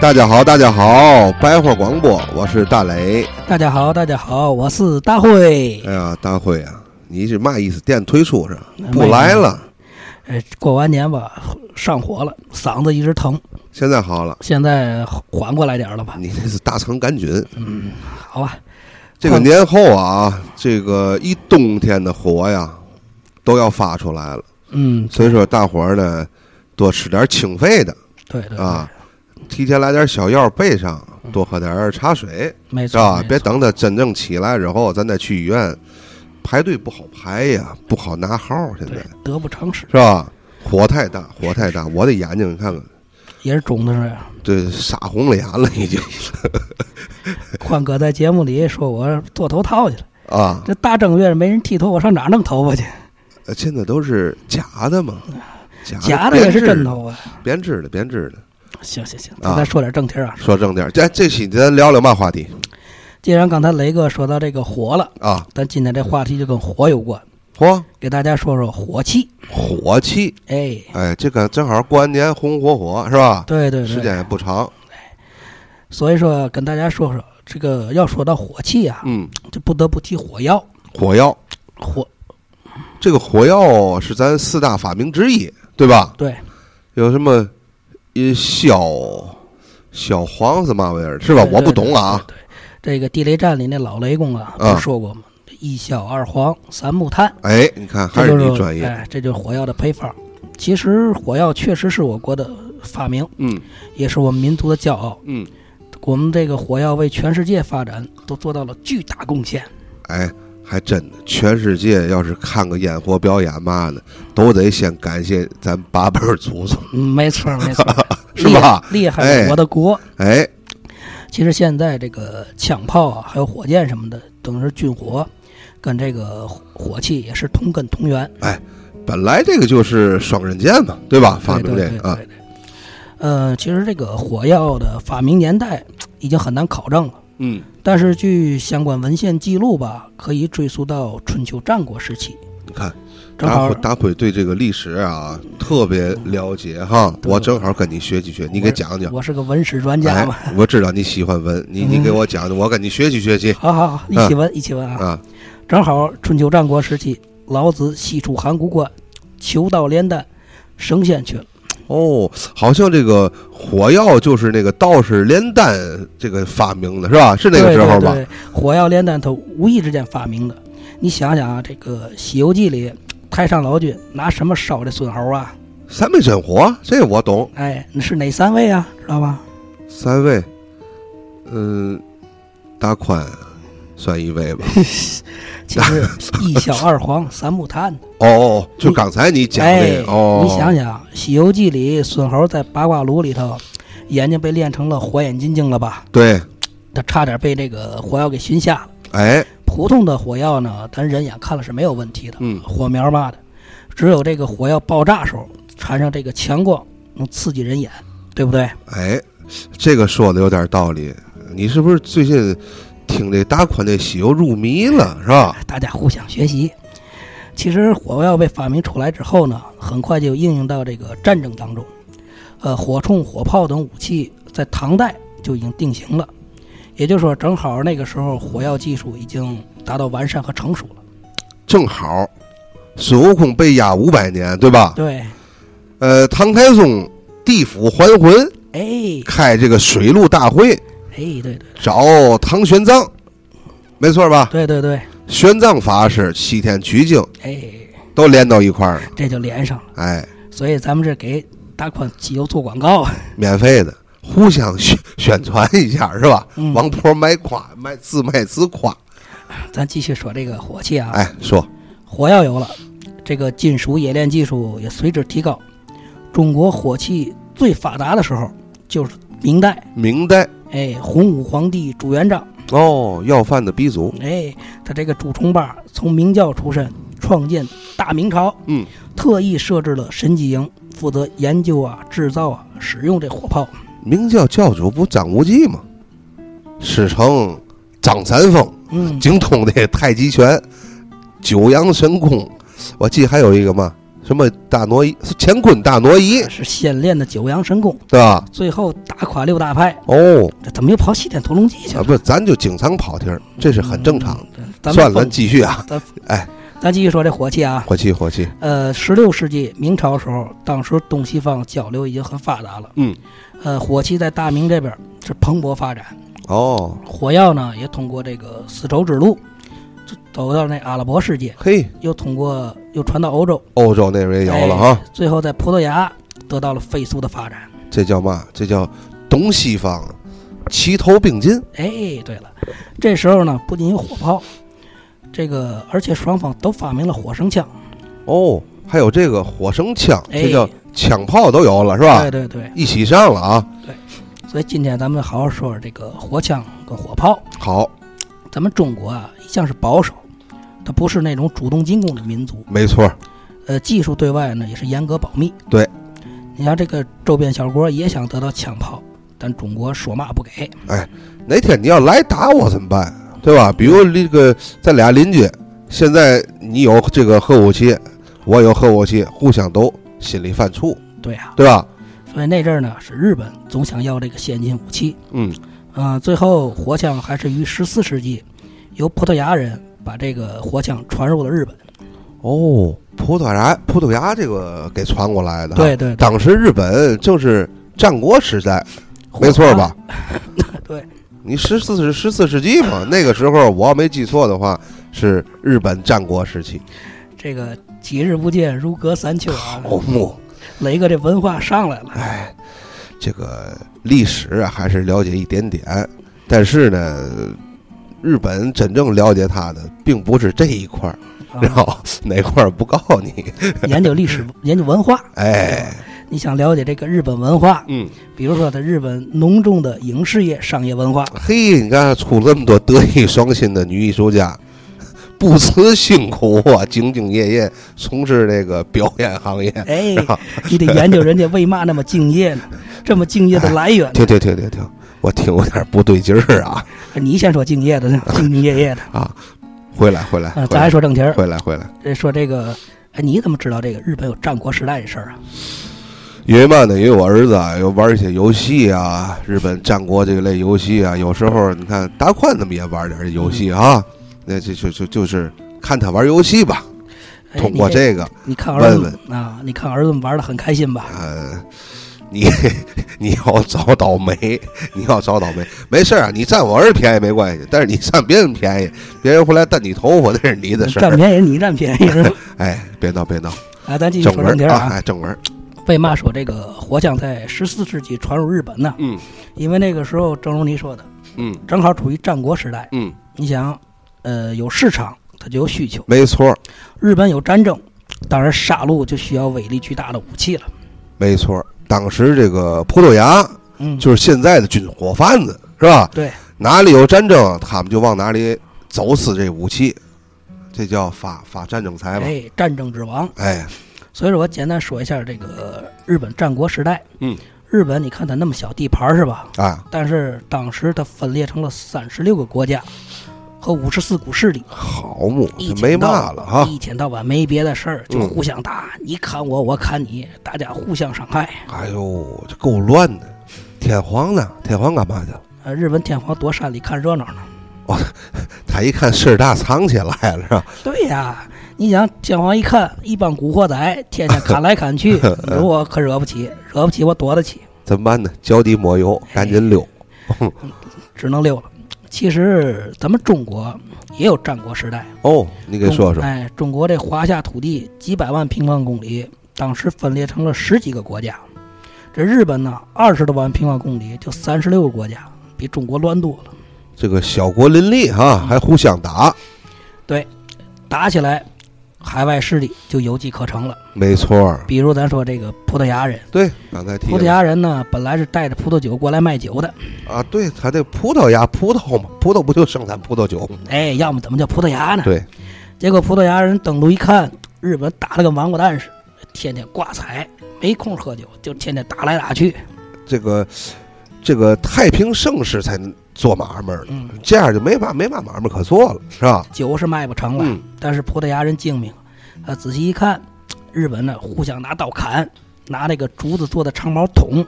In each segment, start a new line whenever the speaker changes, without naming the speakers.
大家好，大家好，白话广播，我是大雷。
大家好，大家好，我是大辉。
哎呀，大辉啊，你是嘛意思？店退出是
哎
不来了？
呃，过完年吧，上火了，嗓子一直疼，
现在好了，
现在缓过来点儿了吧？
你那是大肠杆菌。
嗯，好吧，
这 个年后啊，这个一冬天的火呀，都要发出来了。
嗯，
所以说，大伙儿呢，多吃点清肺的
对对，嗯
啊，提前来点小药备上，多喝点茶水，
没
是
错，
吧？
没
别
错
等它真正起来之后，咱再去医院排队不好排呀，不好拿号，现在
对，得不偿失，
是吧？火太大，火太大，我的眼睛你看看，
也是肿的是。
对，杀红了眼了已经
宽哥在节目里说我做头 套去了，
啊！
这大正月没人剃头，我上哪儿弄头发去？
呃现在都是假的嘛，假的
假的也是真
的，
头发。
编织的，编织的。
行行行，
啊
咱再说点正题儿啊。
说正点儿，这这期咱聊聊嘛话题
既然刚才雷哥说到这个火了，
啊？
咱今天这话题就跟火有关，
嚯，
给大家说说火气。
火气！
哎，
哎，这个正好过完年，红红火火是吧？
对对对，
时间也不长，
所以说，跟大家说说这个，要说到火气啊，
嗯，
就不得不提火药。
火药，
火
这个火药是咱四大发明之一，对吧？
对，
有什么？呃，小小黄是嘛玩意儿？是吧？
对
我不懂啊。。
对对对这个地雷战里那老雷公啊，
啊
不说过吗？一硝二黄三木炭，
哎，你看还是
这就是
你专业，
哎，这就是火药的配方。其实火药确实是我国的发明，
嗯
也是我们民族的骄傲。
嗯，
我们这个火药为全世界发展都做到了巨大贡献。
哎，还真的，全世界要是看个烟火表演嘛的，都得先感谢咱八辈儿祖宗。，
嗯，没错儿没错儿
是吧
厉害？厉害
哎
了，我的国！
哎，
其实现在这个枪炮啊，还有火箭什么的，等于是军火，跟这个火火器也是同根同源。
本来这个就是双刃剑嘛，对吧？发明这
嗯对对
个啊，
对对对。呃，其实这个火药的发明年代已经很难考证了，
嗯，
但是据相关文献记录吧，可以追溯到春秋战国时期，
你看
正
大
好
伙大伙对这个历史啊特别了解哈，
对
我正好跟你学几学，你给讲讲。
我是个文史专家嘛。嗯
哎，我知道你喜欢文，你你给我讲讲，我跟你学习学习
好好好，一起闻、一起闻啊！
啊。
正好春秋战国时期，老子西出函谷关，求道炼丹，升仙去了。
哦，好像这个火药就是那个道士炼丹这个发明的是吧？是那个时候吧？
对对对火药炼丹，它无意之间发明的。你想想啊，这个《西游记》里，太上老君拿什么烧的孙猴啊？
三昧真火，这我懂。
哎，那是哪三位啊？知道吧？
三位，嗯，大宽算一位吧。
其实一小二黄三木炭。
哦哦，就刚才你讲
哎
的，哦，
你想想，《西游记》里孙猴在八卦炉里头，眼睛被炼成了火眼金睛了吧？
对，
他差点被这个火药给熏瞎了。
哎，
普通的火药呢，咱人眼看了是没有问题的，
嗯
火苗嘛的，只有这个火药爆炸时候产生这个强光，能刺激人眼，对不对？
哎，这个说的有点道理。你是不是最近听这大宽这西游入迷了，是吧？
大家互相学习。其实火药被发明出来之后呢，很快就应用到这个战争当中。呃，火铳、火炮等武器在唐代就已经定型了，也就是说，正好那个时候火药技术已经达到完善和成熟了。
正好，孙悟空被压五百年，对吧？
对，
呃，唐太宗地府还魂，
哎，
开这个水陆大会，
哎，对对
找唐玄奘，没错吧？
对对对，
玄奘法师、西天取经
哎，
都连到一块儿了，
这就连上了。
哎，
所以咱们这给大款机油做广告，
免费的，互相宣宣传一下是吧？
嗯
王婆卖夸，卖自卖自夸，
咱继续说这个火器啊，
哎，说
火药有了，这个金属冶炼技术也随之提高。中国火器最发达的时候就是明代，
明代
哎，洪武皇帝朱元璋，
哦，要饭的鼻祖，
哎，他这个朱重八从明教出身，创建大明朝，
嗯，
特意设置了神机营，负责研究啊、制造啊、使用这火炮。
明教教主不张无忌吗？师承张三丰。
嗯，
精通的太极拳、九阳神功，我记得还有一个嘛什么大挪移，乾坤大挪移，
是先练的九阳神功，
对吧？
最后打垮六大派。
哦，
这怎么又跑西天屠龙记去
啊，
了？
不是，咱就经常跑题儿，这是很正常。
嗯。咱
算
们
了，
风
咱继续啊，
咱
哎，
咱继续说这火气啊。
火气火气，
呃，十六世纪明朝时候，当时东西方交流已经很发达了。
嗯，
呃，火器在大明这边是蓬勃发展，
哦，
火药呢也通过这个丝绸之路，就走到那阿拉伯世界，
嘿，
又通过又传到欧洲，
欧洲那边也有了哈
哎，最后在葡萄牙得到了飞速的发展。
这叫嘛？这叫东西方齐头并进，
哎，对了，这时候呢不仅有火炮，这个而且双方都发明了火绳枪。
哦，还有这个火绳枪，
哎
这叫枪炮都有了是吧
对？对对，
一起上了啊，
所以今天咱们好好说说这个火枪跟火炮。
好，
咱们中国啊，一向是保守，它不是那种主动进攻的民族。
没错儿，
呃，技术对外呢也是严格保密。
对，
你像这个周边小国也想得到枪炮，但中国说嘛不给。
哪天你要来打我怎么办？对吧？比如这个咱俩邻居，现在你有这个核武器，我有核武器，互相都心里犯怵，
对啊，
对吧？
所以那阵儿呢是日本总想要这个先进武器。
嗯，
呃，最后火枪还是于十四世纪由葡萄牙人把这个火枪传入了日
啊
本。
哦，葡萄牙，葡萄牙这个给传过来的哈，
对对对，
当时日本就是战国时代，
火
没错吧？
枪？对，
你十四世十四世纪嘛，那个时候我要没记错的话，是日本战国时期。
这个几日不见，如隔三秋啊！
哦，木，
雷哥这文化上来了。
哎，这个历史啊，还是了解一点点，但是呢，日本真正了解它的并不是这一块儿，
啊
然后哪块儿不告诉你？
研究历史，研究文化。
哎，
你想了解这个日本文化，
嗯，
比如说它日本浓重的影视业、商业文化，
嘿，你看啊出这么多德艺双馨的女艺术家，不辞辛苦啊，兢兢业业从事这个表演行业。
哎，你得研究人家为嘛那么敬 业呢？这么敬业的来源呢，
停停停停停，我听有点不对劲儿啊
你先说敬业 的，兢兢业业的。
啊！回来回来，
啊，
回
咱还
来
说正题儿，
回来回来，
这说这个，哎，你怎么知道这个日本有战国时代这事儿啊？
因为嘛呢，因为我儿子啊，又玩一些游戏啊，日本战国这一类游戏啊，有时候你看大宽他们也玩点儿游戏啊，
嗯
那就就就就是看他玩游戏吧，
哎
通过，这个
你你看儿子
问
们啊，你看儿子们玩的很开心吧？
呃，你 你要找倒霉，你要找倒霉，没事儿啊，你占我儿便宜没关系，但是你占别人便宜，别人回来占你头发，那是你的事
占
儿。
便宜你占便宜 是吧？
哎，别闹别闹，
啊，咱继续
正
说正题
文
儿
啊，
啊。
哎，正文，
为嘛说这个火枪在十四世纪传入日本呢？
嗯
因为那个时候，正如你说的，
嗯
正好处于战国时代。
嗯，
你想，呃，有市场，它就有需求。
没错儿
日本有战争，当然杀戮就需要威力巨大的武器了。
没错儿。当时这个葡萄牙
嗯，
就是现在的军火贩子，是吧？
对，
哪里有战争，他们就往哪里走私这武器，这叫发发战争财吧？
哎，战争之王。
哎，
所以说我简单说一下这个日本战国时代。
嗯，
日本你看它那么小地盘儿是吧？
啊，
但是当时它分裂成了三十六个国家和五十四股势力，
好木，
一
这
天
没
到
嘛了哈。
一天到晚没别的事儿，就
嗯
互相打，你砍我，我砍你，大家互相伤害。
哎呦，这够乱的。天皇呢？天皇干嘛去了？
呃，日本天皇躲山里看热闹呢。
他一看事儿大，藏起来了，是吧？
对呀，你想天皇一看，一帮古惑仔天天砍来 砍去，你说我可惹不起，惹不起我躲得起，
怎么办呢？脚底抹油，赶紧溜。
只能溜了。其实咱们中国也有战国时代，
哦，你给
中
说说。
哎，中国这华夏土地几百万平方公里，当时分裂成了十几个国家。这日本呢，二十多万平方公里就三十六个国家，比中国乱多了。
这个小国林立哈，还互相打，
打起来，海外势力就有机可乘了。
没错儿。
比如咱说这个葡萄牙人，
对，刚才提
葡萄
了
牙人呢本来是带着葡萄酒过来卖酒的，
啊，对，他这葡萄牙葡萄嘛，葡萄不就生产葡萄酒吗？
哎，要么怎么叫葡萄牙 呢？
对，
结果葡萄牙人登陆一看，日本打得跟王八蛋似的，天天挂彩，没空喝酒，就天天打来打去。
这个这个太平盛世才能做买卖了，
嗯，
这样就没嘛没嘛买卖可做了，是吧？
酒是卖不成了，
嗯
但是葡萄牙人精明，啊，仔细一看，日本呢互相拿刀砍，拿那个竹子做的长矛捅，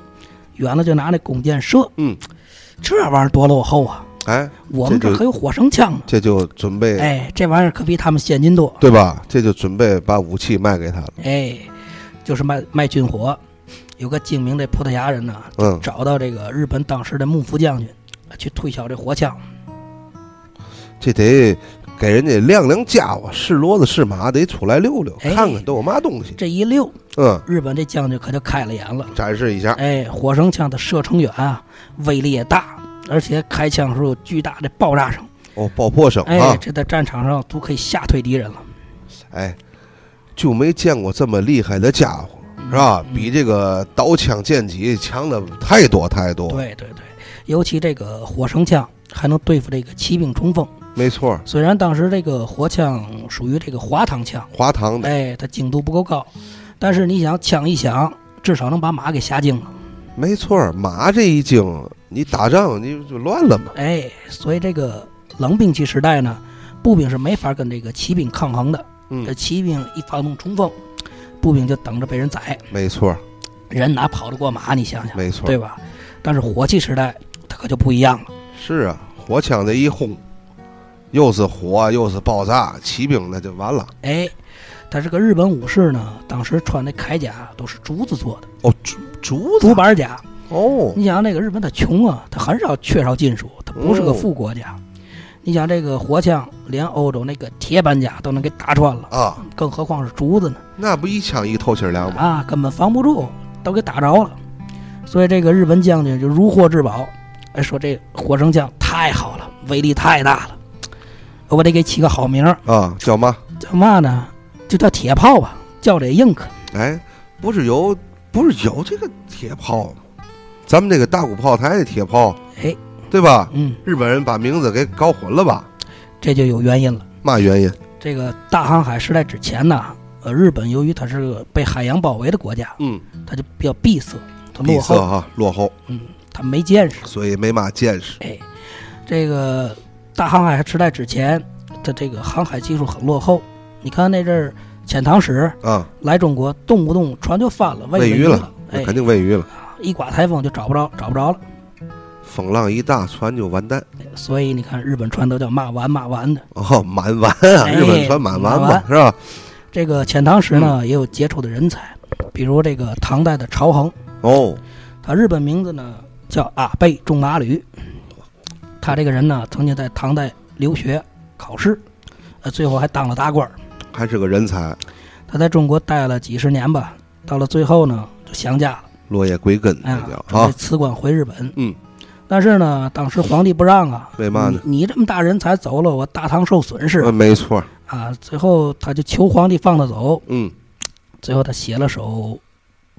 远了就拿那弓箭射。
嗯，
这玩意儿多落后啊！
哎，
我们
这
这
就
可有火绳枪呢。
这就准备、
哎，这玩意儿可比他们先进多。
对吧？这就准备把武器卖给他了。
哎，就是卖卖军火。有个精明的葡萄牙人呢，
嗯，
找到这个日本当时的幕府将军，去推销这火枪。
这得给人家亮亮家伙，是骡子是马，得出来溜溜，
哎
看看都有嘛东西。
这一溜，
嗯，
日本这将军可就开了眼了。
展示一下。
哎，火绳枪的射程远啊，威力也大，而且开枪时候有巨大的爆炸声。
哦，爆破声
哎，
啊！
这在战场上都可以吓退敌人了，
哎，就没见过这么厉害的家伙，是吧？
嗯
比这个刀枪剑戟强的太多太多。
嗯对对对，尤其这个火绳枪还能对付这个骑兵冲锋。
没错儿，
虽然当时这个火枪属于这个滑膛枪，
滑膛的
哎，它精度不够高，但是你想枪一响，至少能把马给吓惊了。
没错儿，马这一惊，你打仗你就乱了嘛。
哎，所以这个冷兵器时代呢，步兵是没法跟这个骑兵抗衡的。
嗯
这骑兵一发动冲锋，步兵就等着被人宰，
没错儿，
人哪跑得过马？你想想，
没错儿
对，吧？但是火器时代，它可就不一样了。
是啊，火枪这一轰，又是火又是爆炸，骑兵那就完了。
哎，他这个日本武士呢，当时穿的铠甲都是竹子做的，
哦，竹竹
竹板甲。
哦，
你想那个日本他穷啊，他很少缺少金属，他不是个富国家。
嗯
你想这个火枪，连欧洲那个铁板甲都能给打穿了，
啊，
更何况是竹子呢？
那不一枪一透气儿凉吗？
啊，根本防不住，都给打着了。所以这个日本将军就如获至宝，哎，说这火绳枪太好了，威力太大了，我得给起个好名儿，
啊，叫嘛？
叫嘛呢？就叫铁炮吧，叫这硬壳。
哎，不是有不是有这个铁炮吗？咱们这个大鼓炮台的铁炮，
哎，
对吧？
嗯，
日本人把名字给搞混了吧？
这就有原因了。
嘛原因？
这个大航海时代之前呢，呃，日本由于它是个被海洋包围的国家，
嗯，
它就比较闭塞，它
闭
落
塞
后，
哈，落后，
嗯，它没见识。
所以没嘛见识。
哎，这个大航海时代之前，它这个航海技术很落后。你看那阵儿遣唐使
啊，
来中国，动不动船就翻了，
喂
喂
鱼
鱼
了，
哎
那，肯定喂鱼了。
一刮台风就找不着，找不着了。
风浪一大，船就完蛋。
所以你看，日本船都叫骂完骂完的。
哦， 满完啊，
哎
日本船满完嘛，
满
是吧？
这个遣唐使
嗯
呢，也有杰出的人才，比如这个唐代的曹衡，
哦，
他日本名字呢叫阿倍仲麻吕。他这个人呢，曾经在唐代留学考试，呃，最后还当了大官儿。
还是个人才，
他在中国待了几十年吧，到了最后呢，就降价了，
落叶归根，
哎
那叫
呀，准备
啊。
辞官回日本。
嗯，
但是呢，当时皇帝不让啊，
为嘛呢
你你这么大人才走了，我大唐受损失
呃没错，
啊。最后他就求皇帝放他走，
嗯，
最后他写了首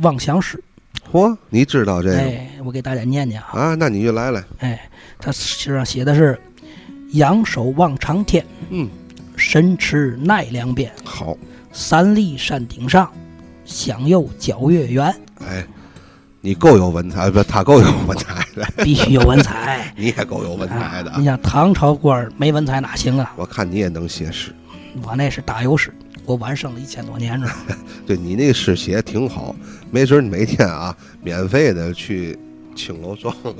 《望乡诗
嚯，你知道这》，个
哎，我给大家念念啊，
啊？那你就来来，
哎，他实际上写的是“仰首望长天，
嗯，
神驰奈良边，
好，
三立山顶上，响右皎月圆”，
哎，你够有文采，不，他够有文采的，
必须有文采。
你也够有文采的
啊你。想唐朝官儿没文采哪行啊？
我看你也能写诗，
我那是打油诗，我完胜了一千多年 了。
对你那个诗写挺好，没准你每天啊，免费的去青楼撞个，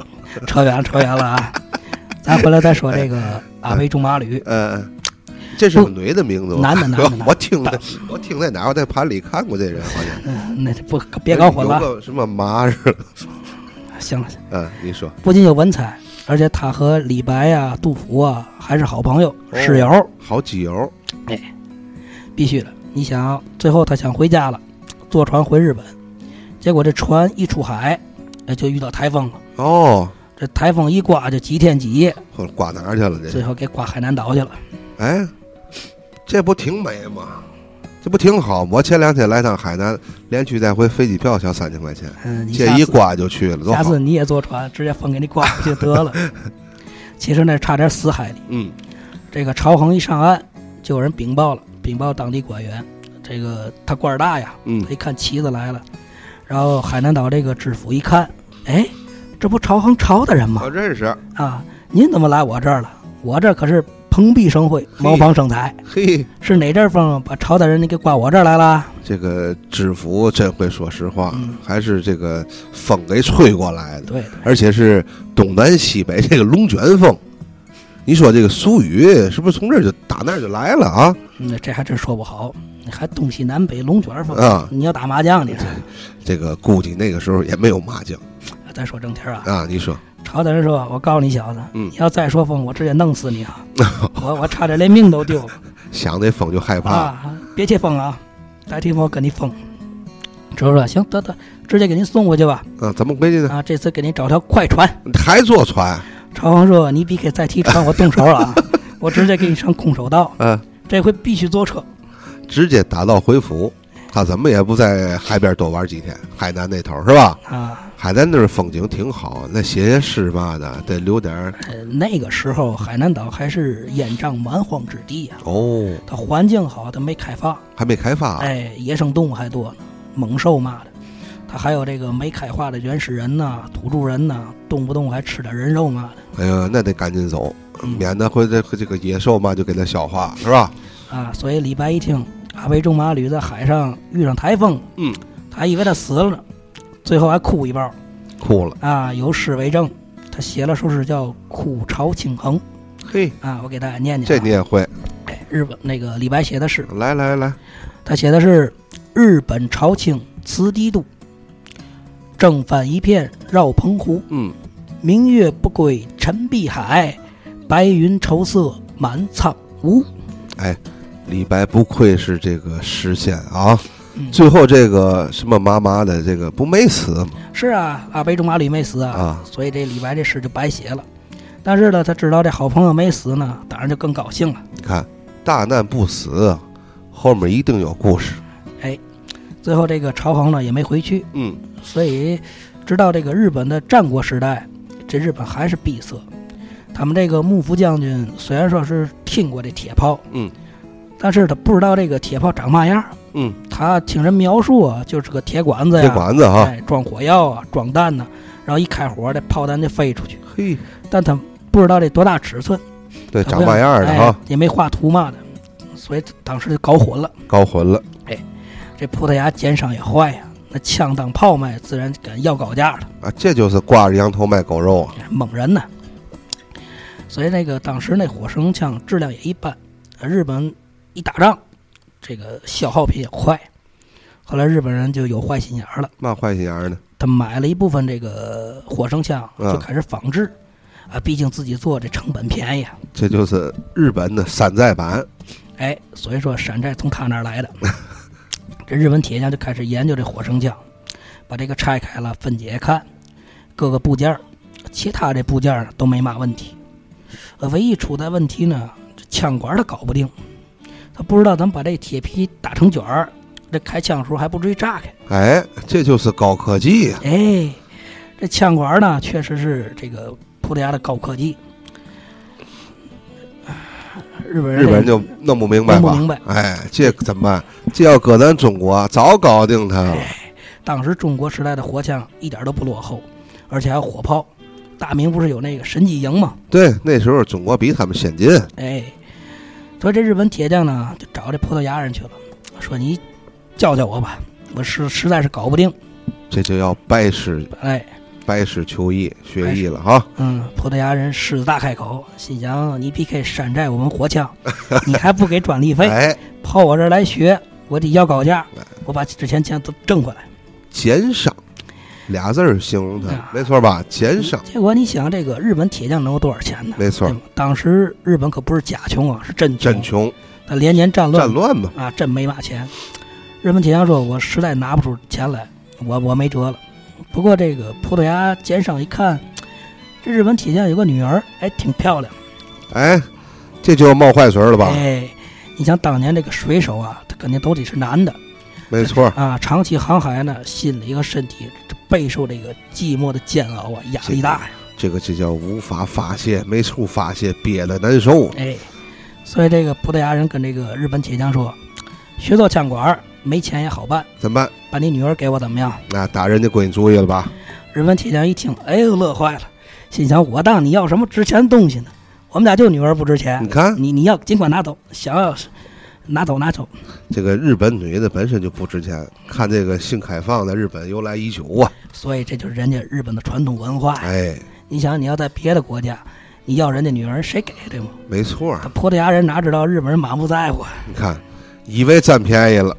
扯远了，扯远了啊！咱回来再说这
哎
个阿倍仲麻吕。
呃，这是个
不
女的名字吧？
男的男的男的
我听的
大，
我听在哪儿？我在盘里看过这人，好像
嗯，那不别搞混了。
哎有个什么麻似的。
行了，
嗯，你说
不仅有文采，而且他和李白呀、杜甫啊还是好朋友、
哦
室友，
好基友，
必须的。你想，最后他想回家了，坐船回日本，结果这船一出海，哎，就遇到台风了。
哦，
这台风一刮就几天几夜，
我挂哪儿去了？这
最后给刮海南岛去了。
哎，这不挺美吗？这不挺好吗？我前两天来趟海南，连去带回飞机票小三千块钱，
嗯，你
这
下
一
次
刮就去了，多
下
好
次！你也坐船，直接风给你刮过去得 了。其实那差点死海里。
嗯，
这个朝衡一上岸，就有人禀报了，禀报当地官员。这个他官儿大呀，
嗯
他一看旗子来了，然后海南岛这个知府一看，哎，这不朝衡朝的人吗？
我认识，
啊，您怎么来我这儿了？我这可是蓬荜生辉，茅房生财。
嘿，
是哪阵风把朝代人给刮我这儿来了？
这个知府真会说实话，
嗯
还是这个风给吹过来的，
对，
而且是东南西北这个龙卷风。你说这个俗语是不是从这儿就打那儿就来了啊？
嗯，这还真说不好，还东西南北龙卷风。
啊
你要打麻将，你是
这个估计那个时候也没有麻将
咱说正题儿啊，
啊。你说，
朝代人说：“我告诉你小子，
嗯
你要再说风，我直接弄死你 啊！我我差点连命都丢了
想这风就害怕，
啊！别去疯啊，代替我跟你疯。”知府说：“行，得得，直接给您送回去吧。
啊，怎么回去呢？
啊，这次给您找条快船。
还坐船？”
朝皇说：“你别给再提船，我动手 了啊！我直接给你上空手道，
嗯、
这回必须坐车。
直接打道回府。他怎么也不在海边多玩几天，海南那头是吧？
啊，
海南那儿风景挺好，那写写诗嘛的，得留点儿
呃，那个时候海南岛还是烟瘴蛮荒之地呀、
哦，
它环境好，它没开发，
还没开发、
哎，野生动物还多呢，猛兽嘛的，它还有这个没开化的原始人呐、土著人呐、动不动还吃点人肉嘛的
哎呀，那得赶紧走，
嗯
免得会这这个野兽嘛就给它消化，是吧？
啊。所以李白一听阿倍仲麻吕在海上遇上台风，
嗯，
他还以为他死了呢，最后还哭一包
哭了，
啊。有诗为证，他写了首诗叫《哭潮清衡
嘿，》
啊，我给大家念念
这
啊。
你也会？
哎日本那个李白写的诗，
来来来，
他写的是“日本朝清辞帝都，正反一片绕澎湖”。
嗯，
明月不归沉碧海，白云愁色满苍梧。
李白不愧是这个诗仙啊，
嗯
最后这个什么妈妈的这个不没死吗？
是啊，阿杯仲麻吕没死啊，
啊
所以这李白这诗就白写了。但是呢，他知道这好朋友没死呢，当然就更高兴了。
你看大难不死，后面一定有故事。
最后这个朝皇呢也没回去，
嗯，
所以直到这个日本的战国时代，这日本还是闭塞。他们这个幕府将军虽然说是听过这铁炮，
嗯，
但是他不知道这个铁炮长嘛样。
嗯，
他听人描述啊，就是个铁管子呀，
这管子哈，
哎，装火药啊，装弹呐、然后一开火，这炮弹就飞出去。
嘿，
但他不知道这多大尺寸，
对，
他
长
不
嘛样儿的
哎
哈，
也没画图嘛的，所以当时就搞混了。
搞混了。
这葡萄牙奸商也坏呀、那枪当炮卖，自然敢要高价了，
啊，这就是挂着羊头卖狗肉啊！
猛人呐、所以那个当时那火绳枪质量也一般，日本一打仗，这个消耗品也快。后来日本人就有坏心眼儿了。
嘛坏心眼儿呢？
他买了一部分这个火绳枪，
嗯
就开始仿制。啊，毕竟自己做这成本便宜啊，
这就是日本的山寨版。
哎，所以说山寨从他那儿来的。这日本铁匠就开始研究这火绳枪，把这个拆开了分解看，各个部件儿，其他这部件儿都没嘛问题。呃，唯一出在问题呢，这枪管他搞不定，他不知道怎么把这铁皮打成卷儿，这开枪的时候还不至于炸开。
哎，这就是高科技啊呀、
哎，这枪管呢，确实是这个葡萄牙的高科技。日本人
日本人就弄不明白吧？
弄不明白
哎，这怎么办？这要搁咱中国，早搞定他了。
哎当时中国时代的火枪一点都不落后，而且还有火炮。大明不是有那个神机营吗？
对，那时候中国比他们先进。
哎，所以这日本铁匠呢，就找这葡萄牙人去了，说你教教我吧，我实实在是搞不定。
这就要拜师
哎，
拜师求艺学艺了哈。
嗯，葡萄牙人狮子大开口，心想你 PK 山寨我们火枪，你还不给专 利费？
哎，
跑我这儿来学，我得要高价，我把之前钱都挣回来。
奸商俩字儿形容他
啊，
没错吧？奸商，
结果你想，这个日本铁匠能有多少钱呢？
啊没错
对，吧当时日本可不是假穷啊，是真穷。
真穷，
他连年战乱
战乱嘛。
啊，真没嘛钱。日本铁匠说：“我实在拿不出钱来，我我没辙了。”不过这个葡萄牙奸商一看，这日本铁匠有个女儿，哎，挺漂亮，
哎，这就要冒坏水了吧？
哎，你想当年这个水手啊，他肯定都得是男的，
没错，
啊，长期航海呢，心理和身体这备受这个寂寞的煎熬啊，压力大呀。
这个这叫无法发泄，没处发泄，憋得难受。
哎，所以这个葡萄牙人跟这个日本铁匠说，学做枪管儿没钱也好办，
怎么办？
把你女儿给我怎么样？
那打人家闺女主意了吧？
日本铁匠一听，哎呦，乐坏了，心想我当你要什么值钱东西呢？我们家就女儿不值钱
你，看
你你要尽管拿走，想要拿走拿走。
这个日本女的本身就不值钱，看这个性开放在日本由来已久啊，
所以这就是人家日本的传统文化呀。
哎，
你想，你要在别的国家，你要人家女儿，谁给对吗？
没错儿
他，啊葡萄牙人哪知道日本人满不在乎啊？
你看，以为占便宜了，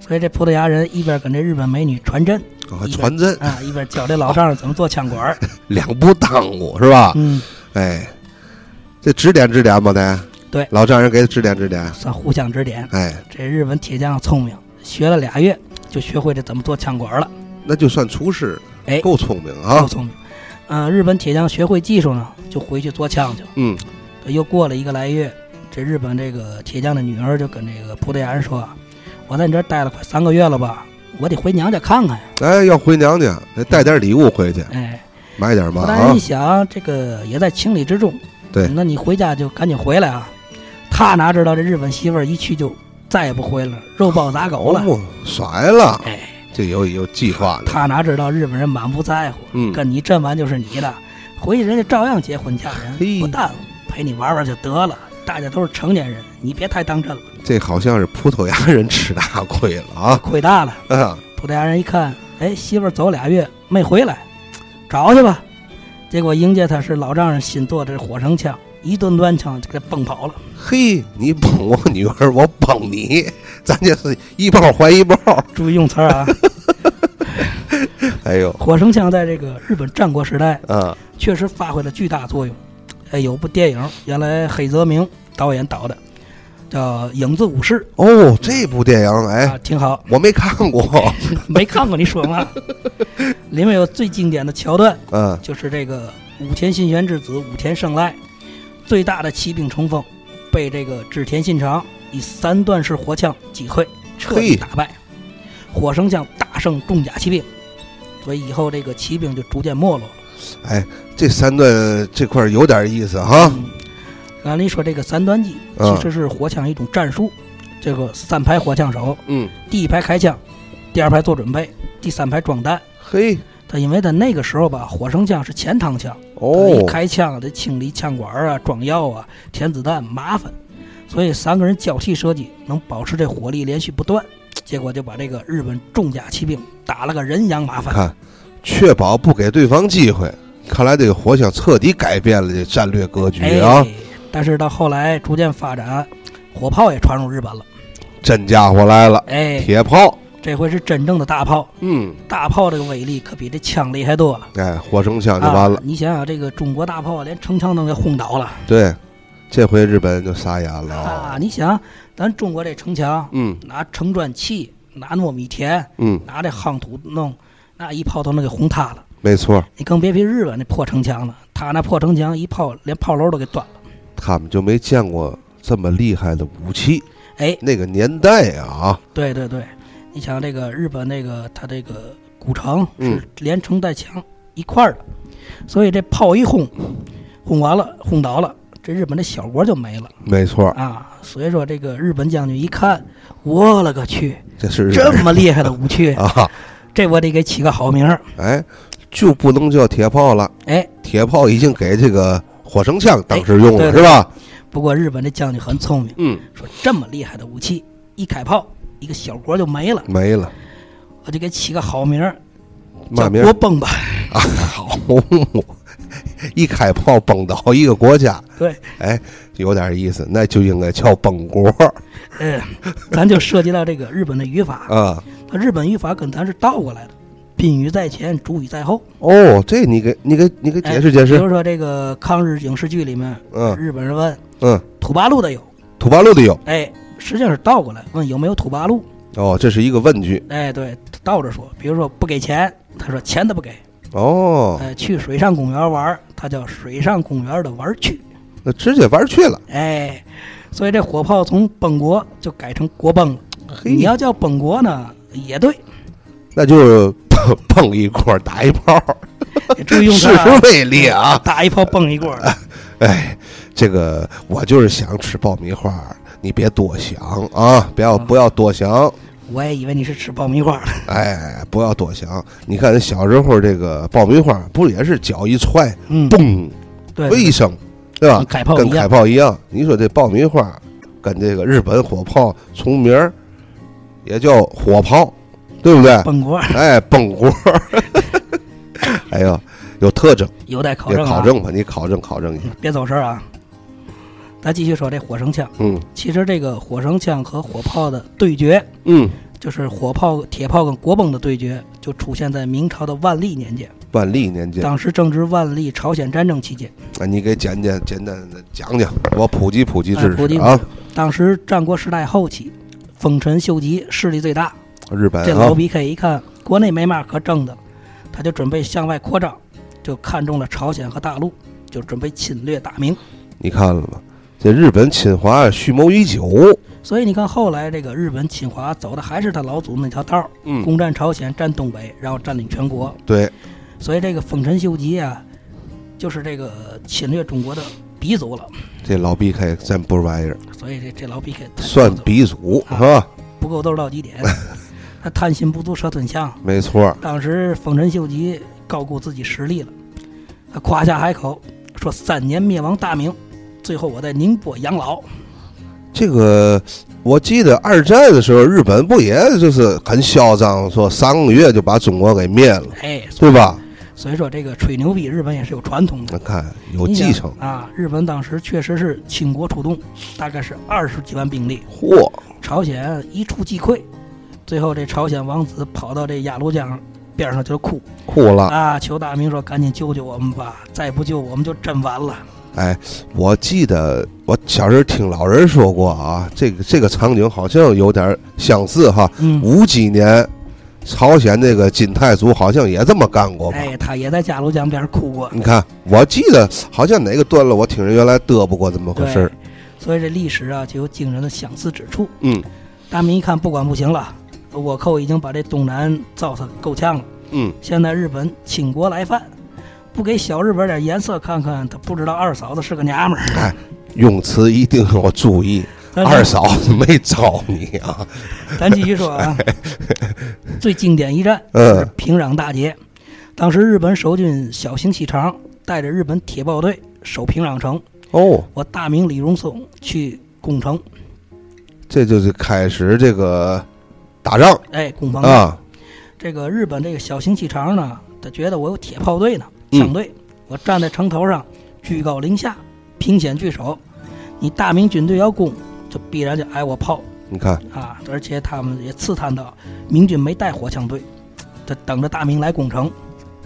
所以这葡萄牙人一边跟这日本美女传真
啊
一边
传真
啊，一边教这老丈人怎么做枪管儿。
两不耽误是吧？
嗯，
哎，这指点指点吧得，
对
老丈人给指点指点，
算互相指点。
哎，
这日本铁匠聪明，学了俩月就学会这怎么做枪管儿了，
那就算厨师，
哎
够聪明
够
啊，
聪明。嗯、日本铁匠学会技术呢，就回去做枪去了。
嗯，
又过了一个来月，这日本这个铁匠的女儿就跟这个葡萄牙人说啊：“我在你这儿待了快三个月了吧，我得回娘家看看呀。
哎，要回娘家得带点礼物回去”，
哎，
买点嘛
葡萄牙
啊
人一，想，这个也在情理之中。嗯
对
那你回家就赶紧回来啊！他哪知道这日本媳妇儿一去就再也不回来了，肉包子打狗了。
哦，甩了，
哎，
这有有计划呢，
他哪知道日本人满不在乎，
嗯，
跟你这完就是你的，回去人家照样结婚嫁人，
嘿
不耽误，陪你玩玩就得了。大家都是成年人，你别太当真了，
这好像是葡萄牙人吃大亏了啊，
亏大了。
啊，
葡萄牙人一看，哎，媳妇儿走俩月没回来，找去吧。结果迎接他是老丈人新做的火绳枪，一顿乱枪就给崩跑了。
嘿，你帮我女儿，我帮你，咱这是一包还一包，
注意用词儿啊，
哎呦，
火绳枪在这个日本战国时代
啊，
确实发挥了巨大作用。哎，有部电影，原来黑泽明导演导的，叫《影子武士
哦，这部电影，》
啊
哎，，
挺好。
我没看过，
没看过你说 嘛？里面有最经典的桥段，
嗯，
就是这个武田信玄之子武田胜赖，最大的骑兵冲锋，被这个织田信长以三段式火枪击溃，彻底
嘿
打败。火绳枪大胜重甲骑兵，所以以后这个骑兵就逐渐没落了。
哎这三段这块儿有点意思哈，
嗯，按理说这个三段击
嗯
其实是火枪一种战术，这个三排火枪手，
嗯，
第一排开枪，第二排做准备，第三排装弹。
嘿，
他因为他那个时候吧，火绳枪是前膛枪，他一
哦，
开枪得清理枪管啊、装药啊、填子弹，麻烦。所以三个人交替射击，能保持这火力连续不断。结果就把这个日本重甲骑兵打了个人仰马翻。
看，确保不给对方机会，看来这个火枪彻底改变了这战略格局啊
哎，，但是到后来逐渐发展，火炮也传入日本了。
真家伙来了，
哎，
铁炮，
这回是真正的大炮，
嗯，
大炮这个威力可比这枪厉害多了。
哎，火绳枪就完了
啊，你想想，这个中国大炮连城墙都给轰倒了
对，这回日本人就傻眼了
啊！
啊，
你想，咱中国这城墙，
嗯
拿城砖砌，拿糯米田，
嗯，
拿这夯土弄，那一炮都能给轰塌了。
没错儿，
你更别提日本那破城墙了，他那破城墙一炮连炮楼都给断了。
他们就没见过这么厉害的武器。
哎，
那个年代啊，
对对对，你想这个日本那个他这个古城
嗯
是连城带墙一块儿的，所以这炮一轰，轰完了轰倒了，这日本的小国就没了
没错儿，
啊。所以说这个日本将军一看，我勒个去，
这是日
这
本，
么厉害的武器
啊，
这我得给起个好名儿。
哎，就不能叫铁炮了，
哎，
铁炮已经给这个火绳枪当时用了，
哎对
是吧？
不过日本的将军很聪明，
嗯，
说这么厉害的武器，一开炮，一个小国就没了，
没了，
我就给起个好名儿，
嘛
叫
名
国崩吧。
好， 一开炮崩倒一个国家，
对，
哎，有点意思，那就应该叫崩国
嗯，咱就涉及到这个日本的语法，
啊。
它日本语法跟咱是倒过来的，宾语在前，主语在后。哎
哦，这你给你给你给解释解
比
释，
如说这个抗日影视剧里面，
嗯
日本人问
嗯，
土八路的有，
土八路的有，
哎，实际上是倒过来问有没有土八路，
哦，这是一个问句，
哎，对，倒着说。比如说不给钱，他说钱他不给，
哦，
哎，去水上公园玩儿，他叫水上公园的玩儿去。
那直接玩去了，
哎，所以这火炮从本国就改成国崩了。
嘿
你要叫本国呢，也对，
那就是碰碰一锅打一炮，
也注意用
世
它
俗
啊
魅力啊！
打一炮崩一锅。
哎，这个我就是想吃爆米花，你别多想啊，不
嗯
要不要多想，
我也以为你是吃爆米花了。
哎，不要多想。你看小时候这个爆米花，不也是脚一踹，
嗯，
嘣，
对，
卫生，对吧？
改炮
啊跟
一样
海，炮一样。你说这爆米花跟这个日本火炮重名儿也叫火炮，对不对？
本国
哎，崩锅儿， 哎呦，有特征，
有待考
也
证啊，
考证吧，你考证考证一下。
别走神儿啊。咱继续说这火绳枪，
嗯
其实这个火绳枪和火炮的对决，
嗯，
就是火炮、铁炮跟国崩的对决，就出现在明朝的万历年间。
万历年间，
当时正值万历朝鲜战争期间，
啊，你给简简简单的讲讲，我普及普及
哎
知
普及
识
普
啊，
当时战国时代后期，丰臣秀吉势力最大。
日本
这
啊
老，比 K 一看国内没嘛可争的，他就准备向外扩张，就看中了朝鲜和大陆，就准备侵略大明。
你看了吗？这日本侵华蓄谋已久，
所以你看，后来这个日本侵华走的还是他老祖宗那条道儿，
嗯，
攻占朝鲜，占东北，然后占领全国。
对，
所以这个丰臣秀吉啊，就是这个侵略中国的鼻祖了。
这老 BK 真不是玩意儿，
所以这这老 BK 太
算鼻祖
啊
啊，
不够斗到 极点，他贪心不足蛇吞象。
没错儿，
当时丰臣秀吉高估自己实力了，他夸下海口说：“三年灭亡大明，最后我在宁波养老。
这个我记得二战的时候，日本不也就是很嚣张，说三个月就把中国给灭了”，
哎，
对吧？
所以说这个吹牛逼，日本也是有传统
那
的，
看有
你想
继承，
啊。日本当时确实是倾国出动，大概是二十几万兵力，
嚯，
朝鲜一触即溃。最后这朝鲜王子跑到这鸭绿江边上就哭
酷了！
啊，求大明说：“赶紧救救我们吧，再不救我们就真完了。”
哎，我记得我小时候听老人说过啊，这个这个场景好像有点相似哈。
嗯，
五几年，朝鲜那个金太祖好像也这么干过吧？
哎，他也在鸭绿江边上哭过。
你看，我记得好像哪个段落，我听人原来嘚啵过这么回
对，
事儿。
所以这历史啊就有惊人的相似之处。
嗯
大明一看不管不行了，倭寇已经把这东南糟蹋够呛了，
嗯，
现在日本侵国来犯，不给小日本点颜色看看，他不知道二嫂子是个娘们儿。
用词一定要注意。
咱
二嫂子没招你啊？
咱继续说 啊，最经典一战就是
嗯
平壤大捷，当时日本守军小行喜长带着日本铁炮队守平壤城，
哦，
我大明李荣松去攻城，
这就是开始这个打仗
哎，攻防战。
啊！
这个日本这个小型气场呢，他觉得我有铁炮队呢，
嗯
上队，我站在城头上，居高临下，凭险据守。你大明军队要攻，就必然就挨我炮
你看，
啊！而且他们也刺探到明军没带火枪队，他等着大明来攻城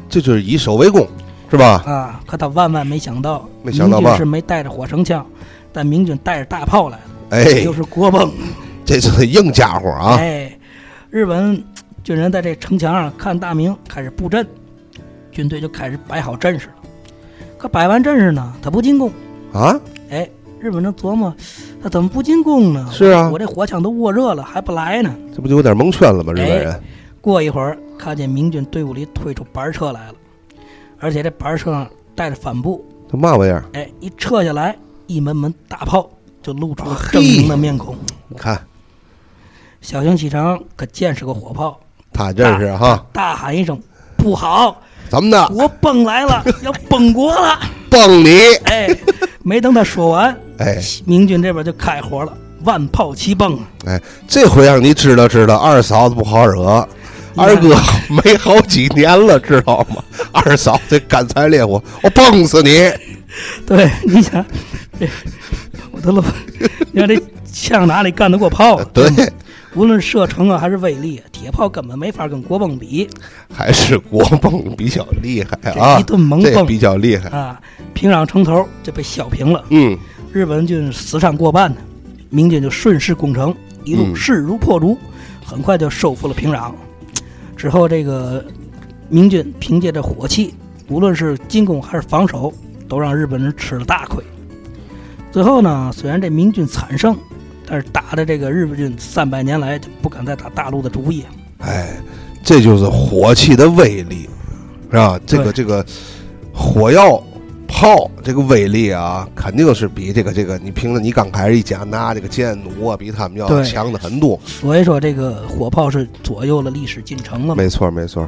这就是以守为攻，是吧？
啊！可他万万没想到，
没想到吧
明军是没带着火绳枪，但明军带着大炮来了，
哎，
就是国崩
这是硬家伙啊！
哎，日本军人在这城墙上看大明开始布阵，军队就开始摆好阵势了。可摆完阵势呢，他不进攻。
啊，
哎，日本正琢磨，他怎么不进攻呢？
是啊
我，这火枪都握热了，还不来呢？
这不就有点蒙圈了吗？日
哎
本人，
过一会儿，看见明军队伍里推出板车来了，而且这板车上带着帆布。
这嘛玩意儿？
哎，一撤下来，一门门大炮就露出了
啊
狰狞的面孔。
你看
小型启程可见识过火炮，
他这是哈，
大喊一声：“不好！”
怎么的？
国崩来了，要崩国了！
崩你！
哎，没等他说完，
哎
明军这边就开火了，万炮齐崩。
哎，这回让你知道知道，二嫂子不好惹。二哥没好几年了，知道吗？二嫂这干柴烈火，我崩死你！
对， 你想，这我都乐，你看这枪哪里干得过炮啊？
对，
无论射程啊还是威力，铁炮根本没法跟国崩比
还是国崩比较厉害
这
啊
一，顿猛
这
崩
比较厉害。
啊！平壤城头就被削平了，
嗯，
日本军死伤过半呢，明军就顺势攻城，一路
嗯
势如破竹，很快就收复了平壤。之后，这个明军凭借着火器，无论是进攻还是防守，都让日本人吃了大亏。最后呢，虽然这明军惨胜，但是打的这个日本军三百年来就不敢再打大陆的主意。
哎，这就是火器的威力，是吧？这个
对
这个火药炮这个威力啊，肯定是比这个这个你凭着你刚开始一讲拿这个剑弩啊，比他们要
对
强的很多。
所以说，这个火炮是左右了历史进程了嘛。
没错没错，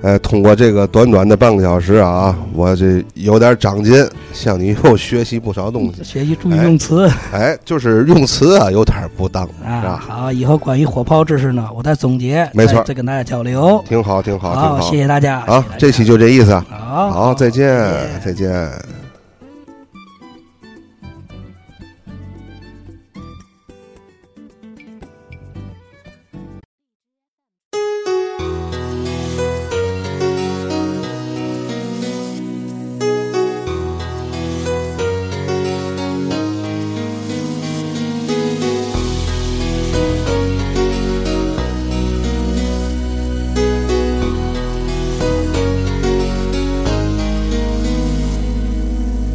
呃，通过这个短短的半个小时啊，我这有点长进，向你 又学习不少 东西。
学习注意用词
哎，就是用词啊，有点儿不当，是
啊。
吧？
好，以后关于火炮知识呢，我再总结，
没错
再再跟大家交流。
挺好，挺好，
好，谢
挺
谢大家。
好。
谢谢大
好，
家
这期就这意思。啊
好，
好，再见
再
再
见，
见。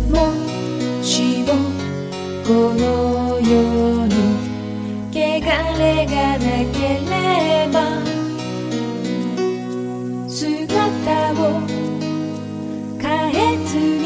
もしもこの世に汚れがなければ姿を変えずに